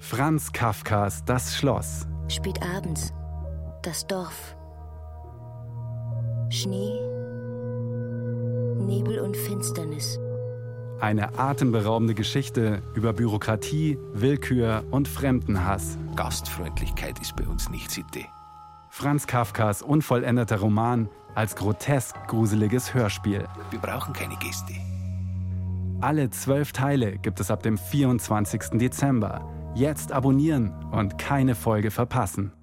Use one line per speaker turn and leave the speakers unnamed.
Franz Kafkas Das Schloss.
Spät abends. Das Dorf. Schnee, Nebel und Finsternis.
Eine atemberaubende Geschichte über Bürokratie, Willkür und Fremdenhass.
Gastfreundlichkeit ist bei uns nicht Sitte.
Franz Kafkas unvollendeter Roman als grotesk gruseliges Hörspiel.
Wir brauchen keine Gäste.
Alle zwölf Teile gibt es ab dem 24. Dezember. Jetzt abonnieren und keine Folge verpassen.